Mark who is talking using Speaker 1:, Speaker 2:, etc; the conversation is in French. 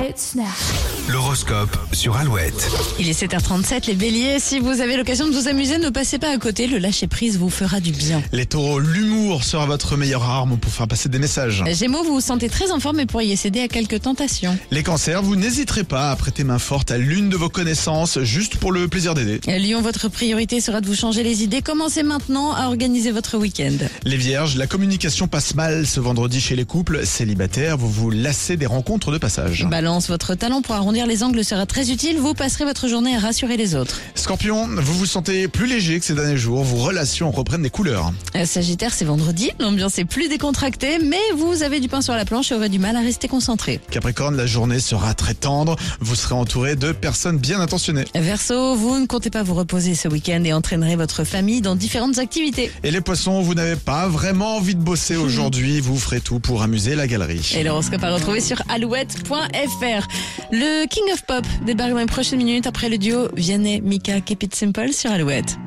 Speaker 1: Lesnar.
Speaker 2: L'horoscope sur Alouette.
Speaker 3: Il est 7h37, les béliers. Si vous avez l'occasion de vous amuser, ne passez pas à côté. Le lâcher prise vous fera du bien.
Speaker 4: Les taureaux, l'humour sera votre meilleure arme pour faire passer des messages.
Speaker 3: Gémeaux, vous vous sentez très en forme et pourriez céder à quelques tentations.
Speaker 4: Les cancers, vous n'hésiterez pas à prêter main forte à l'une de vos connaissances juste pour le plaisir d'aider.
Speaker 3: Lyon, votre priorité sera de vous changer les idées. Commencez maintenant à organiser votre week-end.
Speaker 4: Les vierges, la communication passe mal ce vendredi chez les couples célibataires. Vous vous lassez des rencontres de passage.
Speaker 3: Balance, votre talent pour arrondir les angles sera très utile. Vous passerez votre journée à rassurer les autres.
Speaker 4: Scorpion, vous vous sentez plus léger que ces derniers jours. Vos relations reprennent des couleurs.
Speaker 3: Euh, Sagittaire, c'est vendredi. L'ambiance est plus décontractée, mais vous avez du pain sur la planche et aurez du mal à rester concentré.
Speaker 4: Capricorne, la journée sera très tendre. Vous serez entouré de personnes bien intentionnées.
Speaker 3: Verseau, vous ne comptez pas vous reposer ce week-end et entraînerez votre famille dans différentes activités.
Speaker 4: Et les poissons, vous n'avez pas vraiment envie de bosser aujourd'hui. Vous ferez tout pour amuser la galerie.
Speaker 3: Et l'horoscope à retrouver sur alouette.fr. Le King of Pop débarque dans les prochaines minutes après le duo Vianney, Mika, Keep It Simple sur Alouette.